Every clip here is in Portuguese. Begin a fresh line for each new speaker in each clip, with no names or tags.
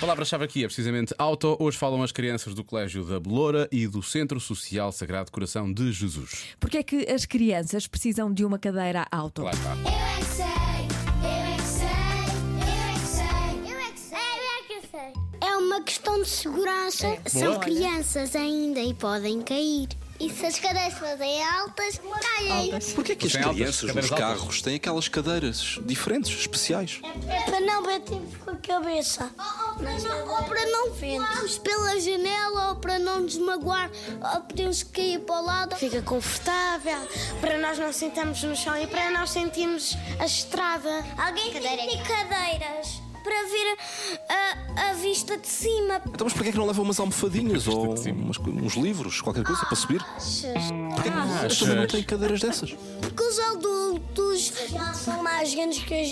palavra-chave aqui é precisamente auto. Hoje falam as crianças do Colégio da Beloura e do Centro Social Sagrado Coração de Jesus.
Porque é que as crianças precisam de uma cadeira auto?
Lá está.
Eu é que sei, eu é que sei, eu é que sei, eu é que sei, eu é que sei. É uma questão de segurança. São crianças ainda e podem cair. E se as cadeiras forem altas, caem.
Porquê que as
Tem altas
crianças nos
cadeiras altas.
carros têm aquelas cadeiras diferentes, especiais?
É para não bater com a cabeça. Ou, Oh, para não, ou para não voarmos pela janela, ou para não desmagoar, ou podemos cair para o lado.
Fica confortável, para nós não sentarmos no chão e para nós sentirmos a estrada.
Alguém tem cadeiras para ver a, a vista de cima.
Então, mas porquê que não levam umas almofadinhas ou
é
umas co- uns livros, qualquer coisa, para subir?
Ah,
Porquê que eles também não têm cadeiras dessas?
Porque os adultos já são mais grandes que a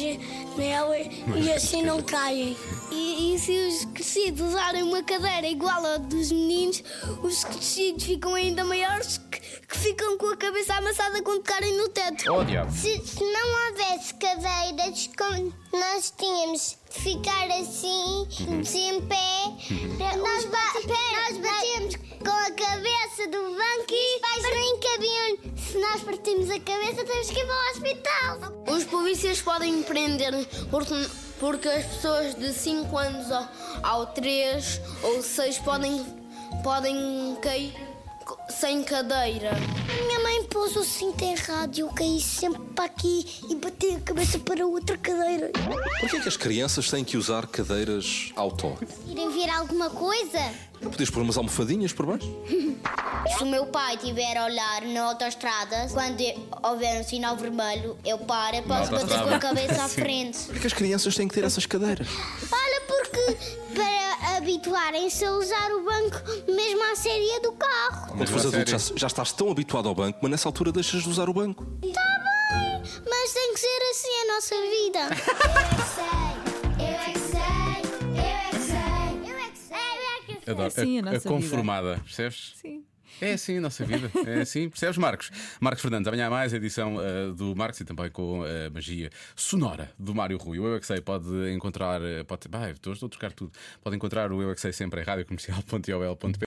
janela e assim não caem. E, e se os crescidos usarem uma cadeira igual à dos meninos, os crescidos ficam ainda maiores que, que ficam com a cabeça amassada quando tocarem no teto.
Oh, diabo.
Se, se não houvesse cadeiras, como nós tínhamos de ficar assim, em pé, nós, ba- nós batemos com a cabeça do banco e os pais nem cabiam. Se nós partimos a cabeça, temos que ir para o hospital.
Os polícias podem prender porque, porque as pessoas de 5 anos ao, ao 3 ou 6 podem, podem cair co- sem cadeira.
A minha mãe pôs o cinto errado e eu caí sempre para aqui e bati a cabeça para outra cadeira.
Porquê que as crianças têm que usar cadeiras auto?
Irem ver alguma coisa?
Não podias pôr umas almofadinhas por baixo?
Se o meu pai tiver a olhar na autoestrada, quando houver um sinal vermelho, eu paro e posso bater
autoestrada.
com a cabeça à frente.
Porquê que as crianças têm que ter essas cadeiras?
Olha, porque para habituarem-se a usar o banco mesmo à série do carro.
Quando fores adulto, já, já estás tão habituado ao banco, mas nessa altura deixas de usar o banco.
Está Tá bem, mas tem que ser assim a nossa vida. é Eu é que sei, eu é que sei, eu é que sei, eu é que sei.
Adoro.
É assim a nossa vida.
conformada, percebes?
Sim.
É assim a nossa vida, é assim, percebes, Marcos? Marcos Fernandes, amanhã há mais a edição eh, do Marcos e também com eh, a magia sonora do Mário Rui. O Eu é que sei pode encontrar, eh, pode, bah, estou estou a trocar tudo, pode encontrar o Eu é que sei sempre em radiocomercial.ol.pt